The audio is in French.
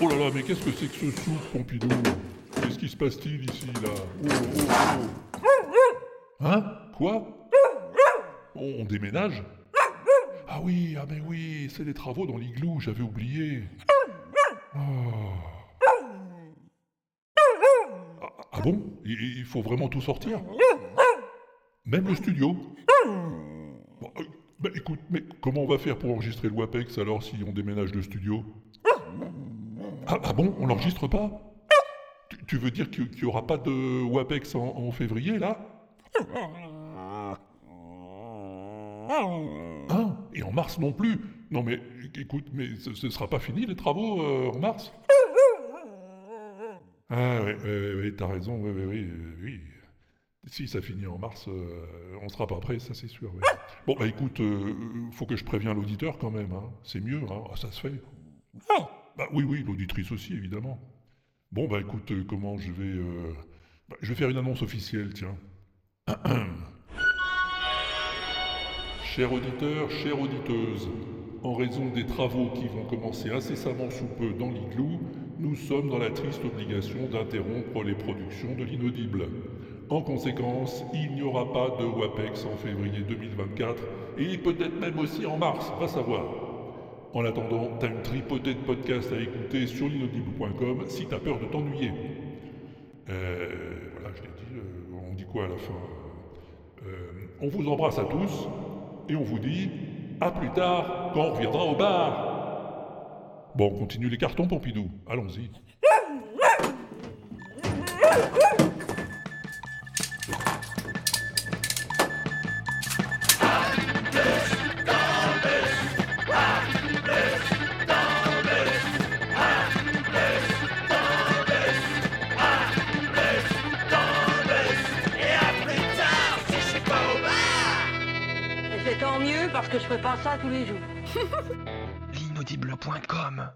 Oh là là, mais qu'est-ce que c'est que ce soupe, Pompidou Qu'est-ce qui se passe-t-il ici, là Oh, oh, oh. Hein Quoi on, on déménage Ah oui, ah mais oui, c'est les travaux dans l'igloo, j'avais oublié. Oh. Ah, ah bon il, il faut vraiment tout sortir Même le studio Bon, euh, bah, écoute, mais comment on va faire pour enregistrer le WAPEX alors si on déménage le studio ah, ah bon, on l'enregistre pas tu, tu veux dire qu'il n'y aura pas de WAPEX en, en février là Hein Et en mars non plus Non mais écoute, mais ce, ce sera pas fini les travaux euh, en mars Ah ouais, ouais, ouais, t'as raison, ouais, ouais, ouais, euh, oui. Si ça finit en mars, euh, on sera pas prêt, ça c'est sûr. ouais. Bon bah écoute, euh, faut que je préviens l'auditeur quand même, hein. c'est mieux, hein. Ah, ça se fait. Bah oui, oui, l'auditrice aussi, évidemment. Bon bah écoute, euh, comment je vais... euh, bah, je vais faire une annonce officielle, tiens. Chers auditeurs, chères auditeuses, en raison des travaux qui vont commencer incessamment sous peu dans l'igloo, nous sommes dans la triste obligation d'interrompre les productions de l'inaudible. En conséquence, il n'y aura pas de WAPEX en février 2024 et peut-être même aussi en mars, va savoir. En attendant, t'as une tripotée de podcasts à écouter sur l'inaudible.com si t'as peur de t'ennuyer. Euh, voilà, je l'ai dit, euh, on dit quoi à la fin euh, on vous embrasse à tous et on vous dit à plus tard quand on reviendra au bar. Bon, on continue les cartons, Pompidou. Allons-y. Et c'est tant mieux parce que je fais pas ça tous les jours. l'inaudible.com